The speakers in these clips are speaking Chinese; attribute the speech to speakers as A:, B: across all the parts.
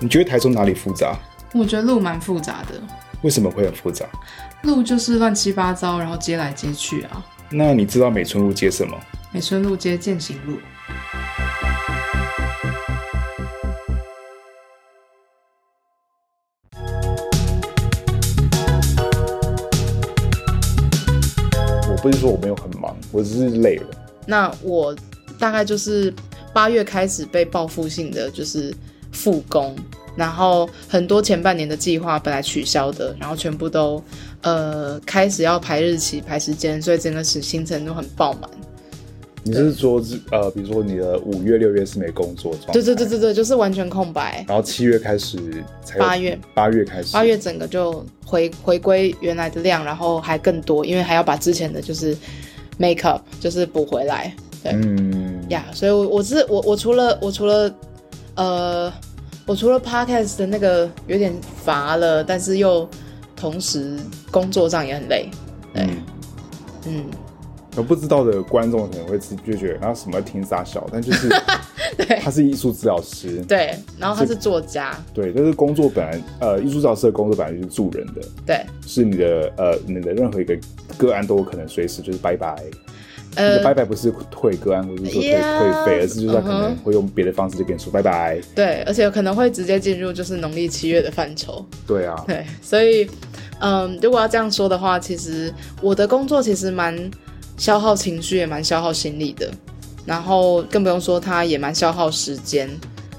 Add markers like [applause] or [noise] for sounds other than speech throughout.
A: 你觉得台中哪里复杂？
B: 我觉得路蛮复杂的，
A: 为什么会很复杂？
B: 路就是乱七八糟，然后接来接去啊。
A: 那你知道美村路接什么？
B: 美村路接践行路，
A: 我不是说我没有很忙，我只是累了。
C: 那我大概就是八月开始被报复性的就是复工，然后很多前半年的计划本来取消的，然后全部都呃开始要排日期、排时间，所以整个行行程都很爆满。
A: 你是说是呃，比如说你的五月、六月是没工作状态，
C: 对对对对对，就是完全空白。
A: 然后七月开始才有
C: 八月，
A: 八月开始，
C: 八月整个就回回归原来的量，然后还更多，因为还要把之前的就是 make up 就是补回来。对，
A: 嗯，
C: 呀所以我，我是我我除了我除了呃，我除了 podcast 的那个有点乏了，但是又同时工作上也很累，对
A: 嗯
C: 嗯，
A: 我不知道的观众可能会自就觉得啊他什么听傻小，但就是
C: [laughs] 对
A: 他是艺术治疗师，
C: 对，然后他是作家，
A: 对，就是工作本来呃，艺术治疗师的工作本来就是助人的，
C: 对，
A: 是你的呃你的任何一个个案都有可能随时就是拜拜，你的拜
C: 呃，
A: 拜不是退个案或者是说退
C: Yeah，
A: 退费，而是就是他可能
C: 嗯哼
A: 会用别的方式就跟你说拜拜，
C: 对，而且可能会直接进入就是农历七月的范畴，
A: 对啊，
C: 对，所以，嗯，如果要这样说的话，其实我的工作其实蛮消耗情绪，也蛮消耗心力的，然后更不用说它也蛮消耗时间，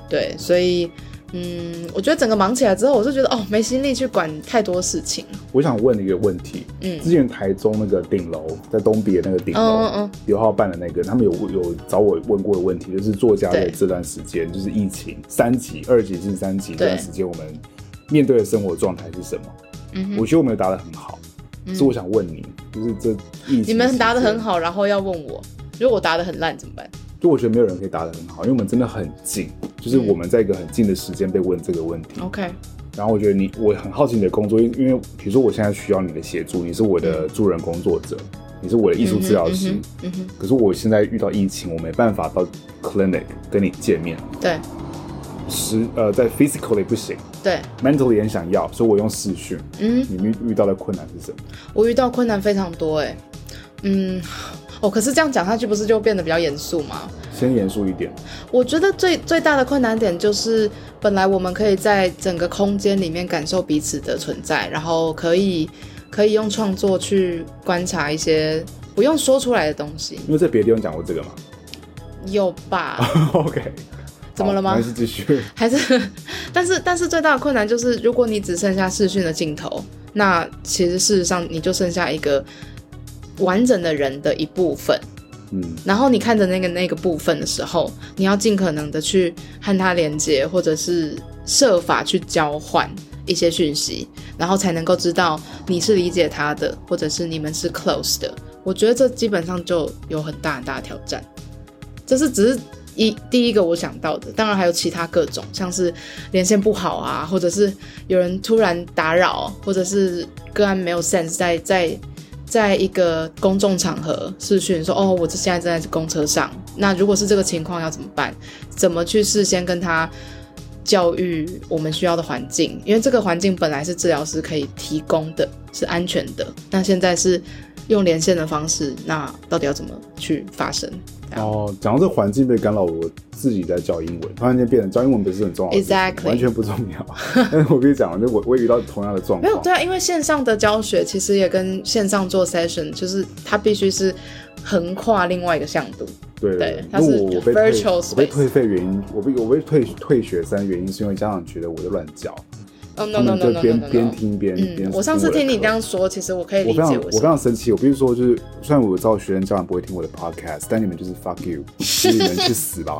C: 对，所以，嗯，我觉得整个忙起来之后，我就觉得哦，没心力去管太多事情，
A: 我想问一个问题，
C: 嗯
A: 之前台中那个顶楼，在东比的那个顶
C: 嗯嗯
A: 楼
C: 嗯，
A: 刘、浩办的那个，他们有有找我问过的问题，就是作家的
C: 对
A: 这段时间，就是疫情三级、二级至三级这
C: 对
A: 段时间，我们面对的生活状态是什么？
C: 嗯哼
A: 我觉得我没有答得很好，所以我想问你，就是这疫情，
C: 你们答得很
A: 好，
C: 好，然后要问我，如果我答得很烂怎么办？
A: 就我觉得没有人可以答得很好，因为我们真的很近，就是
C: 嗯
A: 我们在一个很近的时间被问这个问题。
C: OK，
A: 然后我觉得你，我很好奇你的工作，因因为比如说我现在需要你的协助，你是我的助人工作者，你是我的艺术治疗师，
C: 嗯哼嗯哼，
A: 可是我现在遇到疫情，我没办法到 clinic 跟你见面，
C: 对
A: 实呃在 physically 不行
C: 对，
A: ，mentally 很想要，所以我用视讯。
C: 嗯。
A: 你们遇到的困难是什么？
C: 我遇到困难非常多哎、嗯，哦，可是这样讲下去不是就变得比较严肃吗？
A: 先严肃一点，
C: 我觉得最最大的困难点就是，本来我们可以在整个空间里面感受彼此的存在，然后可以可以用创作去观察一些不用说出来的东西，
A: 因为在别的地方讲过这个
C: [laughs]
A: 嘛。
C: 有吧？
A: [laughs] OK，
C: 怎么了吗
A: 还是继续？
C: 还是，但是但是最大的困难就是，如果你只剩下视讯的镜头，那其实事实上你就剩下一个完整的人的一部分。
A: 嗯，
C: 然后你看着那个那个部分的时候，你要尽可能的去和它连接，或者是设法去交换一些讯息，然后才能够知道你是理解他的，或者是你们是 close 的。我觉得这基本上就有很大很大的挑战。这是只是一第一个我想到的，当然还有其他各种，像是连线不好啊，或者是有人突然打扰，或者是个案没有 sense 在在在一个公众场合视讯说哦，我这现在正在公车上，那如果是这个情况要怎么办？怎么去事先跟他？教育我们需要的环境，因为这个环境本来是治疗师可以提供的，是安全的。那现在是用连线的方式，那到底要怎么去发生？这样
A: 哦，讲到这环境被干扰，我自己在教英文，突然间变成教英文不是很重要的事情
C: Exactly
A: 完全不重要。 [laughs] 但是我跟你讲，就我我也遇到同样的状
C: 没有
A: 况，
C: 对啊，因为线上的教学其实也跟线上做 session，就是它必须是横跨另外一个向度。
A: 对
C: 对它
A: 因为
C: 是
A: 我我被
C: virtual
A: 退我被
C: space
A: 退费原因，我被我被退退学生的原因是因为家长觉得我在乱教，
C: 哦、no
A: 他
C: no
A: 们
C: no
A: 就
C: no no
A: 边
C: no, no,
A: 边听边边
C: 嗯，
A: 听
C: 我上次
A: 的
C: 听你
A: 课
C: 这样说，其实我可以
A: 我
C: 理
A: 非常
C: 解
A: 我非
C: 什么。
A: 常生气，我必须说，就是虽然我知道学生家长不会听我的 podcast，但你们就是 fuck you，就是你们去死吧！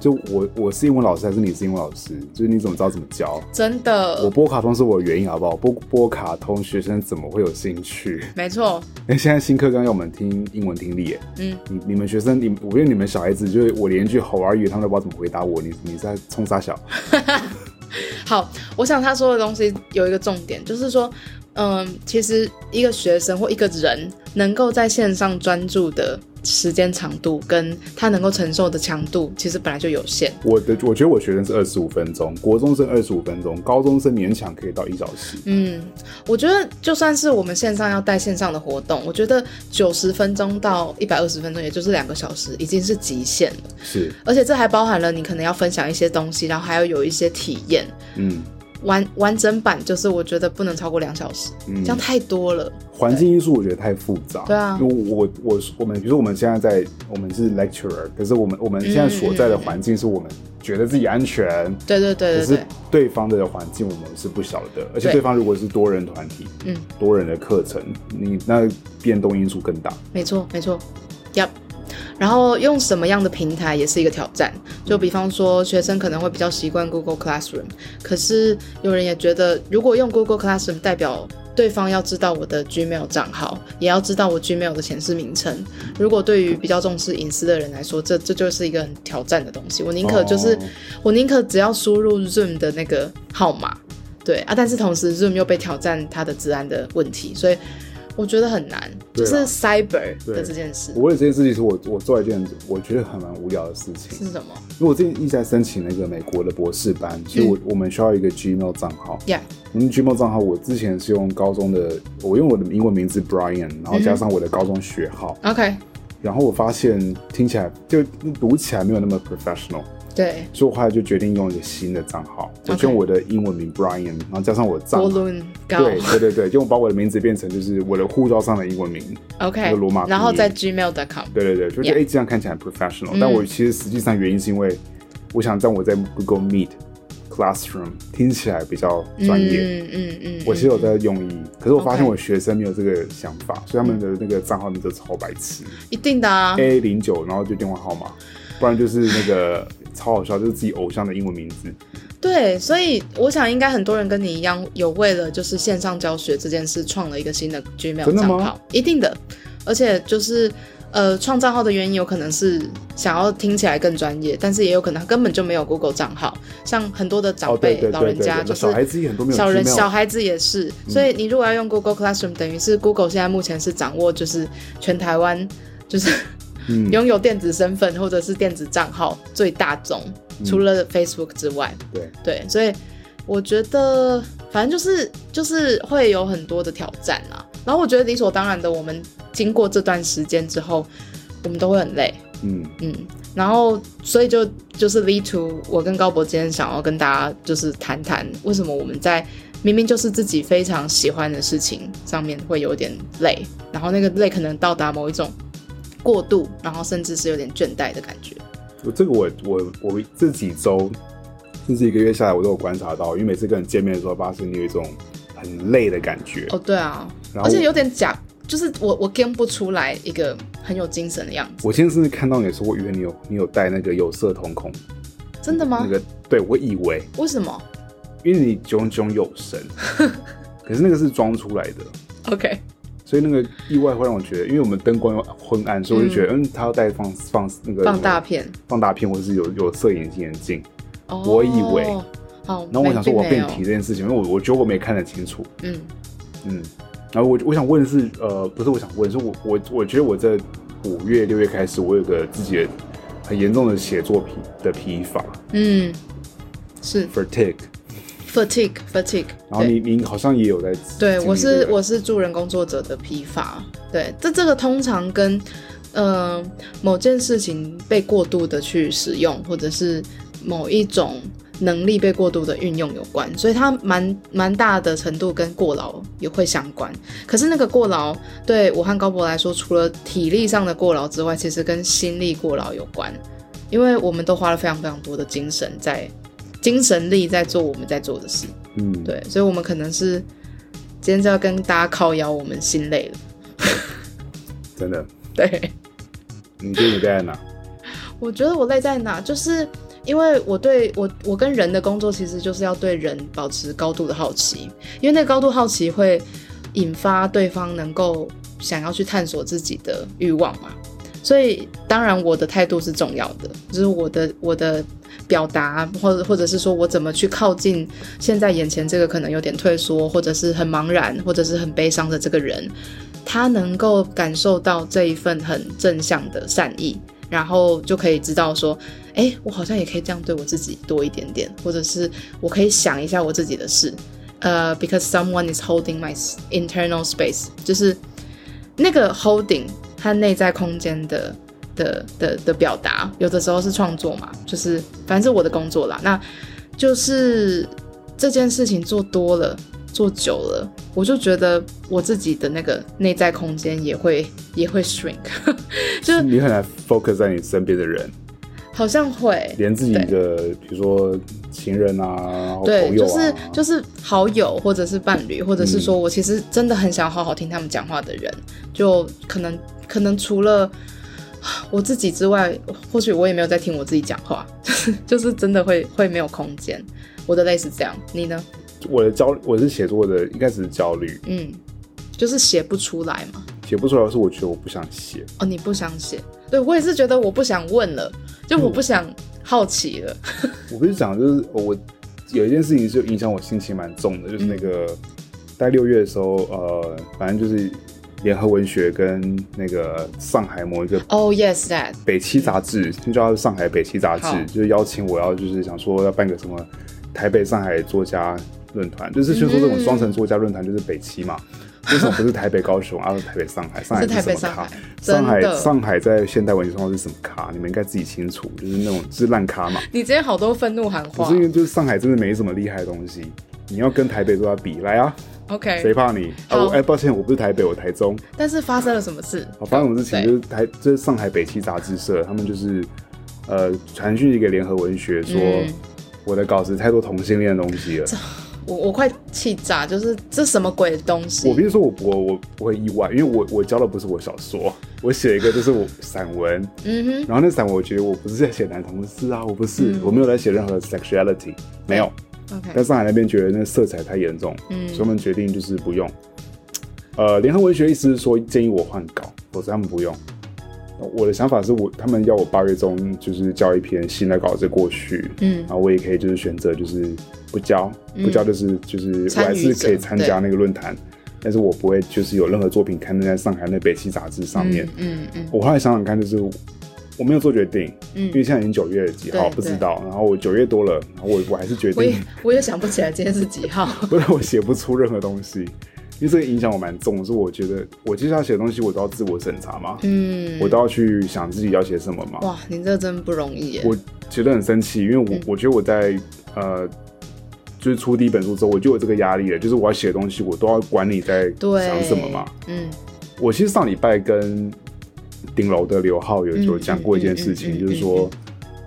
A: 就我我是英文老师还是你是英文老师？就是你怎么知道怎么教？
C: 真的
A: 我，播卡通是我的原因，好不好？播播卡通学生怎么会有兴趣？ [laughs]
C: 没错，
A: 那现在新课纲要我们听英文听力耶，
C: 嗯，
A: 你你们学生，你我觉得你们小孩子，就是我连一句 How are you，他们都不知道怎么回答我，你你在冲啥小？
C: 好，我想他说的东西有一个重点，就是说，嗯，其实一个学生或一个人能够在线上专注的时间长度跟他能够承受的强度，其实本来就有限。
A: 我的我觉得我学生是二十五分钟，国中生二十五分钟，高中生勉强可以到一小时。
C: 嗯，我觉得就算是我们线上要带线上的活动，我觉得九十分钟到一百二十分钟，也就是两个小时，已经是极限了。
A: 是，
C: 而且这还包含了你可能要分享一些东西，然后还要有一些体验。
A: 嗯，
C: 完完整版就是我觉得不能超过两小时，
A: 嗯
C: 这样太多了。
A: 环境因素我觉得太复杂。
C: 对啊
A: 因为我我我们比如说我们现在在我们是 lecturer，可是我们我们现在所
C: 嗯
A: 在的环境是我们觉得自己安全，
C: 对对对
A: 可是
C: 对对，
A: 对方的环境我们是不晓得，而且
C: 对
A: 对方如果是多人团体，
C: 嗯，
A: 多人的课程，你那变动因素更大。
C: 没错没错，Yep。然后用什么样的平台也是一个挑战。就比方说，学生可能会比较习惯 Google Classroom，可是有人也觉得，如果用 Google Classroom，代表对方要知道我的 Gmail 账号，也要知道我 Gmail 的显示名称。如果对于比较重视隐私的人来说，这这就是一个很挑战的东西。我宁可就是，
A: 哦
C: 我宁可只要输入 Zoom 的那个号码，对啊，但是同时 Zoom 又被挑战它的治安的问题，所以我觉得很难，
A: 对
C: 就
A: 啊
C: 是 cyber
A: 对
C: 的这件事
A: 我为了这件事情，是我我做了一件我觉得很蛮无聊的事情，
C: 是什么
A: 因为我最近一直在申请那个美国的博士班，所以我、我们需要一个 Gmail 账号。
C: 嗯？Yeah，
A: 嗯，Gmail 账号我之前是用高中的，我用我的英文名字 Brian，然
C: 嗯
A: 后加上我的高中学号，
C: OK，
A: 然后我发现听起来就读起来没有那么 professional，
C: 对
A: 所以我后来就决定用一个新的账号，我
C: OK
A: 就用我的英文名 Brian，然后加上我的账
C: 波
A: 号。
C: 伦高
A: 对对对对，就我把我的名字变成就是我的护照上的英文名，那
C: OK，
A: 个罗马拼音
C: 然后在 gmail.com，
A: 对对对，就觉得
C: Yeah 嗯
A: 哎、这样看起来很 professional、但我其实实际上原因是因为，我想让我在 Google Meet Classroom 听起来比较专业。
C: 嗯嗯嗯，
A: 我其实有在用意，可是我发现
C: OK
A: 我学生没有这个想法所以他们的那个账号名字超白痴、
C: 一定的啊，
A: a 零九，然后就电话号码，不然就是那个超好笑，就是自己偶像的英文名字。
C: 对，所以我想应该很多人跟你一样，有为了就是线上教学这件事创了一个新的 Gmail
A: 真的吗
C: 账号，一定的，而且就是。呃，创账号的原因有可能是想要听起来更专业，但是也有可能他根本就没有 Google 账号。像很多的长
A: 哦，对
C: 辈、
A: 对
C: 老
A: 对
C: 人
A: 对
C: 家，
A: 对，
C: 就是
A: 小孩子也很多没有
C: 小人
A: Gmail 嗯
C: 小孩子也是，所以你如果要用 Google Classroom，等于是 Google 现在目前是掌握就是 [laughs] 全台湾就是
A: 嗯
C: 拥有电子身份或者是电子账号最大宗，
A: 嗯
C: 除了 Facebook 之外，
A: 对，
C: 对，所以我觉得反正就是就是会有很多的挑战啦。然后我觉得理所当然的，我们经过这段时间之后，我们都会很累，
A: 嗯，
C: 嗯，然后所以就就是 lead to 我跟高博今天想要跟大家就是谈谈为什么我们在明明就是自己非常喜欢的事情上面会有点累，然后那个累可能到达某一种过度，然后甚至是有点倦怠的感觉。
A: 我这个我我我这几周，甚至一个月下来，我都有观察到，因为每次跟人见面的时候，发现你有一种很累的感觉。
C: 哦，对啊，
A: 然后
C: 而且有点假，就是我我跟不出来一个很有精神的样子，
A: 我今天甚至看到你说，我以为你有你有戴那个有色瞳孔，
C: 真的吗？
A: 那个对我以为，
C: 为什么
A: 因为你炯炯有神，
C: [laughs]
A: 可是那个是装出来的，
C: ？OK，
A: 所以那个意外会让我觉得，因为我们灯光又昏暗，所以我就觉得，嗯，他要戴放放那个
C: 放
A: 什
C: 大
A: 么
C: 片。
A: 放大片，或是有有色眼镜眼镜。
C: 哦，
A: 我以为
C: 好，
A: 然后我想说，
C: 没
A: 我
C: 并没
A: 被你
C: 有
A: 提这件事情，因为我我觉得我没看得清楚，
C: 嗯，
A: 嗯，然后我我想问的是，呃，不是我想问，是我我我觉得我在五月六月开始，我有个自己的很严重的写作疲的疲乏
C: 嗯，是
A: fatigue，
C: fatigue fatigue。
A: 然后
C: 对
A: 你你好像也有在
C: 对
A: 经
C: 我
A: 历
C: 是
A: 这个
C: 我是助人工作者的批发，对，这这个通常跟呃某件事情被过度的去使用，或者是某一种能力被过度的运用有关，所以它蛮蛮大的程度跟过劳也会相关。可是那个过劳对我和高博来说，除了体力上的过劳之外，其实跟心力过劳有关，因为我们都花了非常非常多的精神在精神力在做我们在做的事。
A: 嗯
C: 对，所以我们可能是今天就要跟大家靠腰，我们心累了。
A: 真的，
C: 对，
A: 你觉得你在哪？
C: 我觉得我累在哪，就是因为我对我我跟人的工作，其实就是要对人保持高度的好奇，因为那个高度好奇会引发对方能够想要去探索自己的欲望嘛。所以，当然我的态度是重要的，就是我的我的表达，或者或者是说我怎么去靠近现在眼前这个可能有点退缩，或者是很茫然，或者是很悲伤的这个人，他能够感受到这一份很正向的善意，然后就可以知道说，哎，我好像也可以这样对我自己多一点点，或者是我可以想一下我自己的事，呃、b e c a u s e someone is holding my s- internal space，就是那个 holding 它内在空间的的的的表达，有的时候是创作嘛，就是反正是我的工作啦，那就是这件事情做多了。做久了，我就觉得我自己的那个内在空间也会也会 shrink，就是 [laughs]
A: 你很难 focus 在你身边的人，
C: 好像会
A: 连自己的比如说情人啊，然后
C: 对，
A: 朋友
C: 就
A: 啊，嗯
C: 是就是好友或者是伴侣，或者是说我其实真的很想好好听他们讲话的人，就可能可能除了我自己之外，或许我也没有在听我自己讲话， [laughs] 就是就是真的会会没有空间。我的类似这样，你呢？
A: 我的焦，我是写作的，一开始是焦虑，
C: 嗯，就是写不出来嘛。
A: 写不出来是我觉得我不想写，
C: 哦，你不想写，对我也是觉得我不想问了，就我不想好奇了。
A: 嗯我不是讲，就是我有一件事情就影响我心情蛮重的，就是那个、
C: 嗯
A: 在六月的时候，呃，反正就是联合文学跟那个上海某一个
C: Oh yes that，
A: 北七杂志，就叫上海北七杂
C: 好
A: 志，就是邀请我要就是想说要办个什么台北上海作家论坛，
C: 嗯
A: 就是就说这种双城作家论坛就是北七嘛。为什么不是台北、高雄，而、 [laughs] 是台北、上海？上海
C: 是台北
A: 什么咖
C: 上海？
A: 上海
C: 真的
A: 上海在现代文学上是什么咖？你们应该自己清楚，就是那种就是烂咖嘛。
C: 你今天好多愤怒喊
A: 不
C: 话
A: 是。因为就是上海真的没什么厉害的东西，你要跟台北作家比，来啊，谁
C: OK，
A: 怕你？啊，我
C: 好
A: 哎、抱歉，我不是台北，我台中。
C: 但是发生了什么事？
A: 好，发生我之前
C: 对
A: 就是台，就是上海北汽杂志社，他们就是呃传讯息给联合文学说，
C: 嗯
A: 我的稿子太多同性恋的东西了。
C: 我我快气炸，就是这什么鬼的东西？
A: 我必须说我不，我我不会意外，因为我我教的不是我小说，我写一个就是我散文，
C: [laughs] 嗯哼，
A: 然后那散文我觉得我不是在写男同志啊，我不是，
C: 嗯
A: 我没有在写任何 sexuality，没有。但
C: OK，
A: 上海那边觉得那个色彩太严重，
C: 嗯
A: 所以他们决定就是不用。呃，联合文学意思是说建议我换稿，否则他们不用。我的想法是我他们要我八月中就是交一篇新的稿子过去，
C: 嗯
A: 然后我也可以就是选择就是不交，不交就是、就是我
C: 参
A: 还
C: 与
A: 是可以
C: 者
A: 参加那个论坛，但是我不会就是有任何作品刊登在上海那北汽杂志上面。
C: 嗯嗯
A: 我后来想想看，就是我没有做决定，
C: 嗯
A: 因为现在已经九月几号
C: 对
A: 不知道，然后我九月多了，然后我我还是决
C: 我
A: 定
C: 也我也想不起来今天是几号。 [laughs]
A: [laughs] 不然我写不出任何东西，因为这个影响我蛮重的，是我觉得我接下来写的东西我都要自我审查嘛，
C: 嗯，
A: 我都要去想自己要写什么嘛。
C: 哇，你这真不容易耶。
A: 我觉得很生气，因为
C: 嗯
A: 我、我觉得我在呃，就是出第一本书之后，我就有这个压力了，就是我要写的东西，我都要管你在
C: 对，
A: 想什么嘛。？
C: 嗯
A: 我其实上礼拜跟顶楼的刘浩有
C: 嗯
A: 有讲过一件事
C: 嗯嗯嗯
A: 情，
C: 嗯
A: 就是说。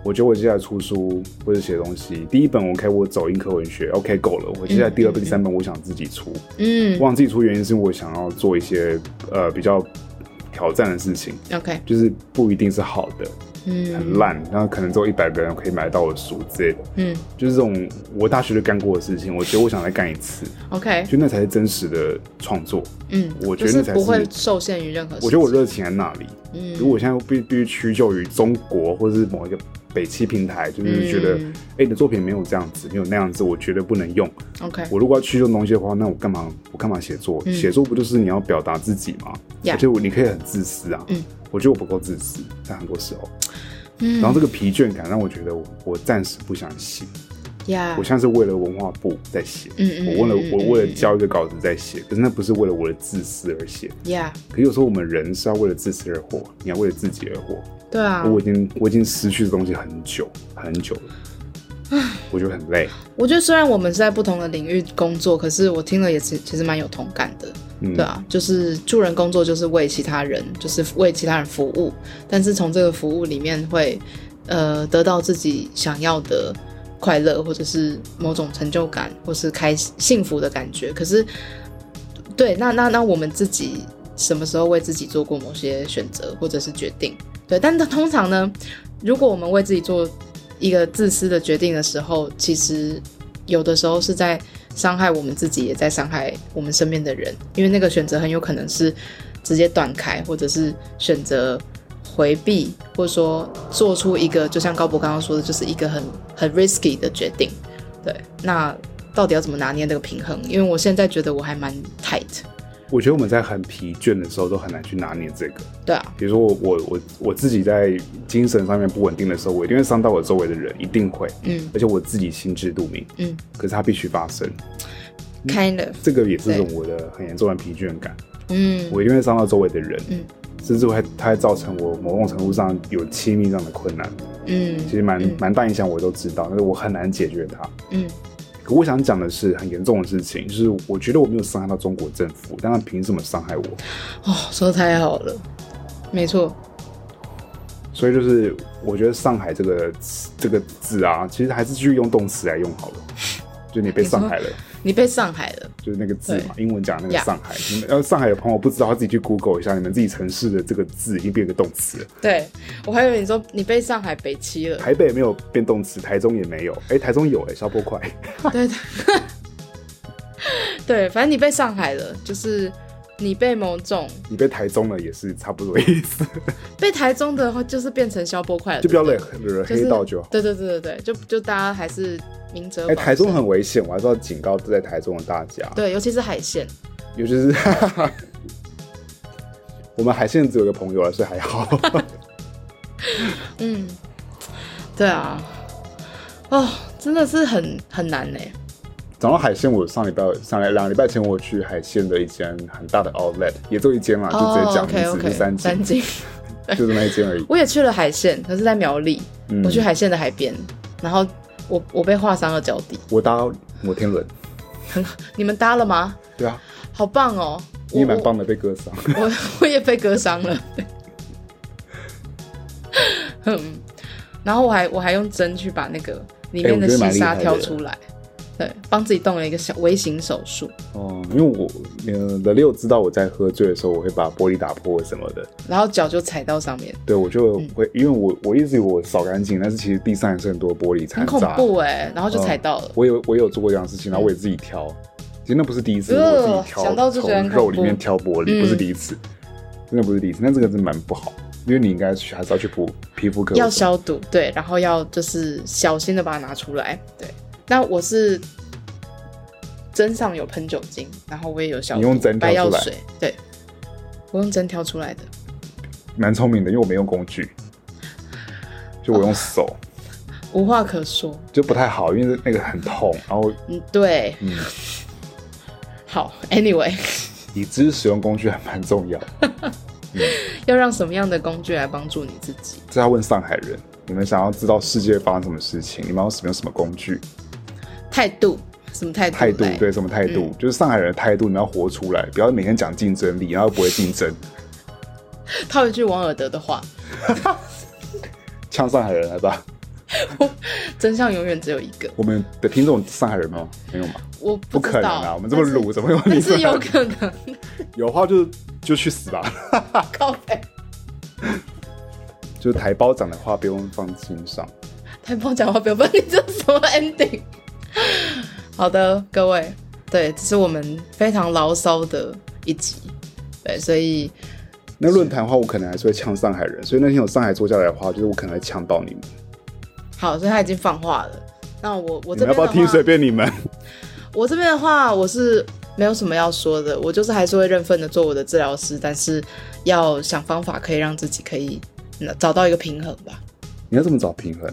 A: 我觉得我接下来出书或者写东西，第一本 OK，我走硬科文学 OK 够了。我接下来第二本、
C: 嗯嗯
A: 第三本，我想自己出。
C: 嗯
A: 忘记出原因是我想要做一些呃比较挑战的事情，
C: ，OK，
A: 就是不一定是好的，
C: 嗯
A: 很烂，然后可能只有一百个人可以买到我的书之类的，
C: 嗯
A: 就是这种我大学就干过的事情，我觉得我想再干一次，
C: [laughs] ，OK，
A: 就那才是真实的创作。
C: 嗯，
A: 我觉
C: 就
A: 得
C: 是
A: 那才
C: 不
A: 是
C: 会受限于任何事情。
A: 我觉得我热情在那里，
C: 嗯，
A: 如果我现在必必须屈就于中国或是某一个北汽平台，就是觉得哎、
C: 嗯
A: 诶你的作品没有这样子，没有那样子，我觉得不能用。
C: OK，
A: 我如果要去这种东西的话，那我干嘛？我干嘛写作？
C: 嗯
A: 写、作不就是你要表达自己吗？
C: Yeah
A: 而且我你可以很自私啊。
C: 嗯
A: 我觉得我不够自私，在很多时候。
C: 嗯
A: 然后这个疲倦感让我觉得我我暂时不想写，
C: 呀
A: 我，现在是为了文化部在写。
C: 嗯嗯
A: 我为了
C: 嗯
A: 我
C: 嗯
A: 为了交一个稿子在写，可是那不是为了我的自私而写。
C: 呀，
A: 可有时候我们人是要为了自私而活，你要为了自己而活。
C: 对啊，
A: 我已经我已经失去这东西很久很久了，我觉得很累。
C: 我觉得虽然我们是在不同的领域工作，可是我听了也是其实蛮有同感的，
A: 嗯
C: 对啊，就是助人工作就是为其他人，就是为其他人服务，但是从这个服务里面会呃得到自己想要的快乐，或者是某种成就感，或是开心幸福的感觉。可是，对，那那那我们自己什么时候为自己做过某些选择或者是决定？对，但通常呢，如果我们为自己做一个自私的决定的时候，其实有的时候是在伤害我们自己，也在伤害我们身边的人，因为那个选择很有可能是直接断开，或者是选择回避，或者说做出一个就像高博刚刚说的，就是一个很很 risky 的决定。对，那到底要怎么拿捏这个平衡？因为我现在觉得我还蛮 tight，
A: 我觉得我们在很疲倦的时候都很难去拿捏这个。
C: 对啊，
A: 比如说我我我我自己在精神上面不稳定的时候，我一定会伤到我周围的人，一定会，
C: 嗯
A: 而且我自己心知肚明。
C: 嗯
A: 可是它必须发生，
C: ，kind of，
A: 这个也是一种
C: 对
A: 我的很严重的疲倦感，
C: 嗯
A: 我一定会伤到周围的人，
C: 嗯
A: 甚至会它会造成我某种程度上有亲密上的困难，其
C: 嗯
A: 实蛮
C: 嗯
A: 蛮大影响，我都知道，但是我很难解决它。
C: 嗯
A: 可我想讲的是很严重的事情，就是我觉得我没有伤害到中国政府，但他凭什么伤害我？
C: 哦，说得太好了，没错，
A: 所以就是我觉得上海这个词这个字啊，其实还是继续用动词来用好了。就你被上海了，
C: 你被上海了，
A: 就是那个字嘛，
C: 对
A: 英文讲那个
C: Yeah
A: 上海。你们呃，上海的朋友不知道，他自己去 Google 一下，你们自己城市的这个字已经变个动词了。
C: 对我还以为你说你被上海北欺
A: [laughs]
C: 了，
A: 台北没有变动词，台中也没有。哎、台中有哎、消波块。 [laughs]
C: 对对，对，反正你被上海了，就是你被某种
A: 你被台中了也是差不多的意思，
C: 被台中的话，就是变成消波块了，
A: 就不要惹
C: 对
A: 惹
C: 对
A: 黑道就好。
C: 对对对对对，就就大家还是明哲
A: 哎、
C: 保身。
A: 台中很危险，我还是要警告在台中的大家。
C: 对，尤其是海鲜，
A: 尤其是 [laughs] 我们海线只有一个朋友啊了，所以还好。
C: 嗯，对啊，哦，真的是很很难欸呢。
A: 讲到海鲜，我上礼拜上来两个礼拜前，我去海鲜的一间很大的 outlet，也就一间嘛，就直接讲名字，
C: OK
A: 就
C: OK，
A: 三
C: 哦三
A: 间，
C: 金，
A: 就是那一间而已。 [laughs]
C: 我也去了海线，可是在苗栗，
A: 嗯
C: 我去海线的海边，然后我我被划伤了脚底，
A: 我搭摩天轮，
C: 你们搭了吗？
A: 对啊，
C: 好棒哦！
A: 你也蛮
C: 我
A: 棒的，被割伤。
C: 我 [laughs] 我也被割伤了。 [laughs] 嗯，然后我还我还用针去把那个里面
A: 哎我觉得蛮
C: 细
A: 厉害
C: 沙
A: 的
C: 挑出来，对，帮自己动了一个小微型手术。
A: 哦、因为我呃，的六知道我在喝醉的时候，我会把玻璃打破什么的，
C: 然后脚就踩到上面，
A: 对我就会，
C: 嗯
A: 因为我我一直以为我扫干净，但是其实地上还是很嗯多玻璃残
C: 很恐
A: 渣。
C: 怖哎、然后就踩到了。嗯
A: 我有我有做过这样的事情，然后我也自己挑，其实那不是第一次，是我自己挑，
C: 呃想到就觉得很
A: 从
C: 恐怖
A: 肉里面挑玻璃，
C: 嗯
A: 不是第一次，真的不是第一次。那这个真的蛮不好，因为你应该去还是要去补皮肤科，
C: 要消毒，对，然后要就是小心的把它拿出来，对。那我是针上有喷酒精，然后我也有消毒，
A: 你用针挑
C: 白
A: 出来
C: 药水，对，我用针挑出来的。
A: 蛮聪明的，因为我没用工具，就我用手，
C: 无话可说，
A: 就不太好，因为那个很痛。然后
C: 嗯，对，
A: 嗯，
C: [laughs] 好，Anyway， [laughs]
A: 已知使用工具还蛮重要。
C: 要让什么样的工具来帮助你自己？
A: [laughs] 这要问上海人，你们想要知道世界发生什么事情，你们要使用什么工具？
C: 态度，什么态度？
A: 态度
C: 来
A: 对，什么态度？
C: 嗯
A: 就是上海人的态度，你要活出来，不要每天讲竞争力，然后不会竞争。
C: 套一句王尔德的话， [laughs]
A: 呛上海人来吧？
C: 真相永远只有一个。
A: 我们的听众上海人吗？没有吗？
C: 我
A: 不
C: 不
A: 可
C: 知
A: 能
C: 道
A: 啊！我们这么鲁，，怎么有
C: 但
A: 你
C: 是但
A: 这
C: 是
A: 样
C: 有可能，
A: [laughs]
C: [laughs]
A: 有话就就去死吧！
C: 靠背，
A: 就是台胞长的话不用放心上。
C: 太棒讲话不要问你这是什么 ending？好的，各位，对，这是我们非常牢骚的一集，对，所以
A: 那论坛的话，我可能还是会呛上海人，所以那天有上海作家来的话，就是我可能会呛到你们。
C: 好，所以他已经放话了。那我我
A: 你
C: 这
A: 们
C: 边
A: 要不要
C: 的
A: 听？
C: 话
A: 随便你们。
C: 我这边的话，我是没有什么要说的，我就是还是会认份的做我的治疗师，但是要想方法可以让自己可以嗯找到一个平衡吧。
A: 你要怎么找平衡？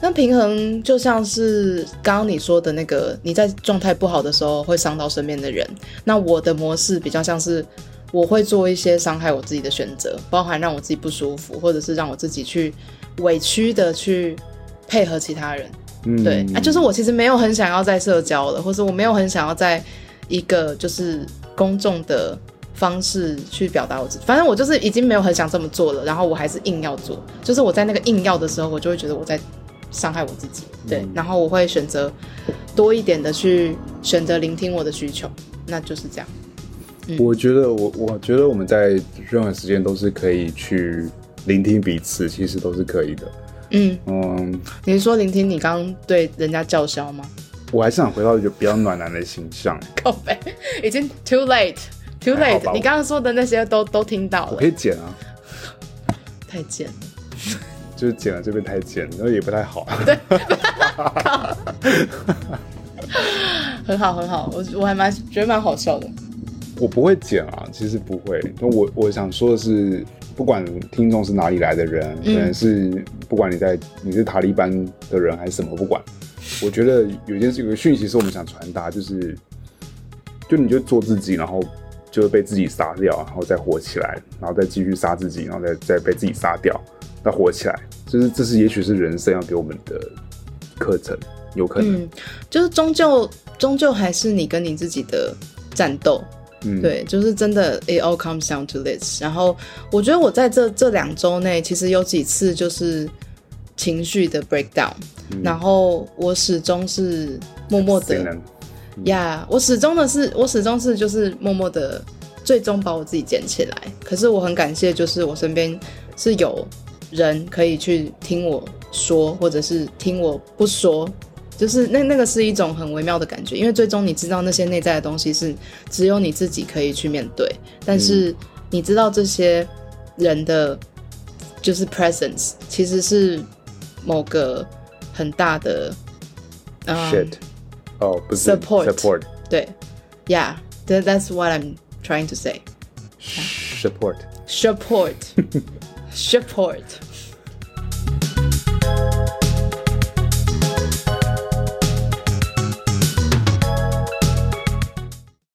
C: 那平衡就像是刚刚你说的那个，你在状态不好的时候会伤到身边的人。那我的模式比较像是，我会做一些伤害我自己的选择，包含让我自己不舒服，或者是让我自己去委屈的去配合其他人。
A: 嗯，
C: 对、啊，就是我其实没有很想要在社交了，或是我没有很想要在一个就是公众的方式去表达我自己。反正我就是已经没有很想这么做了，然后我还是硬要做。就是我在那个硬要的时候，我就会觉得我在伤害我自己。对，
A: 嗯
C: 然后我会选择多一点的去选择聆听我的需求，那就是这样。
A: 我觉得我我觉得我们在任何时间都是可以去聆听彼此，其实都是可以的。
C: 嗯，
A: 嗯，
C: 你是说聆听你刚刚对人家叫嚣吗？ [laughs]
A: 我还是想回到一个比较暖男的形象。
C: 靠北，已经 too late。Too
A: 还好吧
C: late！你刚刚说的那些都都听到
A: 我
C: 了
A: 可，以剪啊，
C: 太贱了。
A: 就是剪了这边太剪，然后也不太好。
C: 很好，很好，我我还蛮觉得蛮好笑的。
A: [laughs] 我不会剪啊，其实不会。但我我想说的是，不管听众是哪里来的人，可
C: 嗯
A: 能是不管你在你是塔利班的人还是什么，不管，我觉得有一件事有个讯息是我们想传达，就是就你就做自己，然后就会被自己杀掉，然后再火起来，然后再继续杀自己，然后再再被自己杀掉，再火起来，就是这是也许是人生要给我们的课程，有可能，
C: 嗯，就是终究终究还是你跟你自己的战斗，
A: 嗯，
C: 对，就是真的，it all comes down to this。然后我觉得我在这这两周内，其实有几次就是情绪的 breakdown，、然后我始终是默默
A: 谁
C: 的
A: 能，
C: 呀我始终的是，我始终是就是默默的，最终把我自己捡起来。可是我很感谢，就是我身边是有人可以去听我说，或者是听我不说，就是那那个是一种很微妙的感觉，因为最终你知道那些内在的东西是只有你自己可以去面对，但是你知道这些人的就是 presence 其实是某个很大的。嗯
A: shit，哦，不是
C: Support
A: support
C: 对，Yeah, that, that's what I'm trying to say.
A: support
C: Support, support.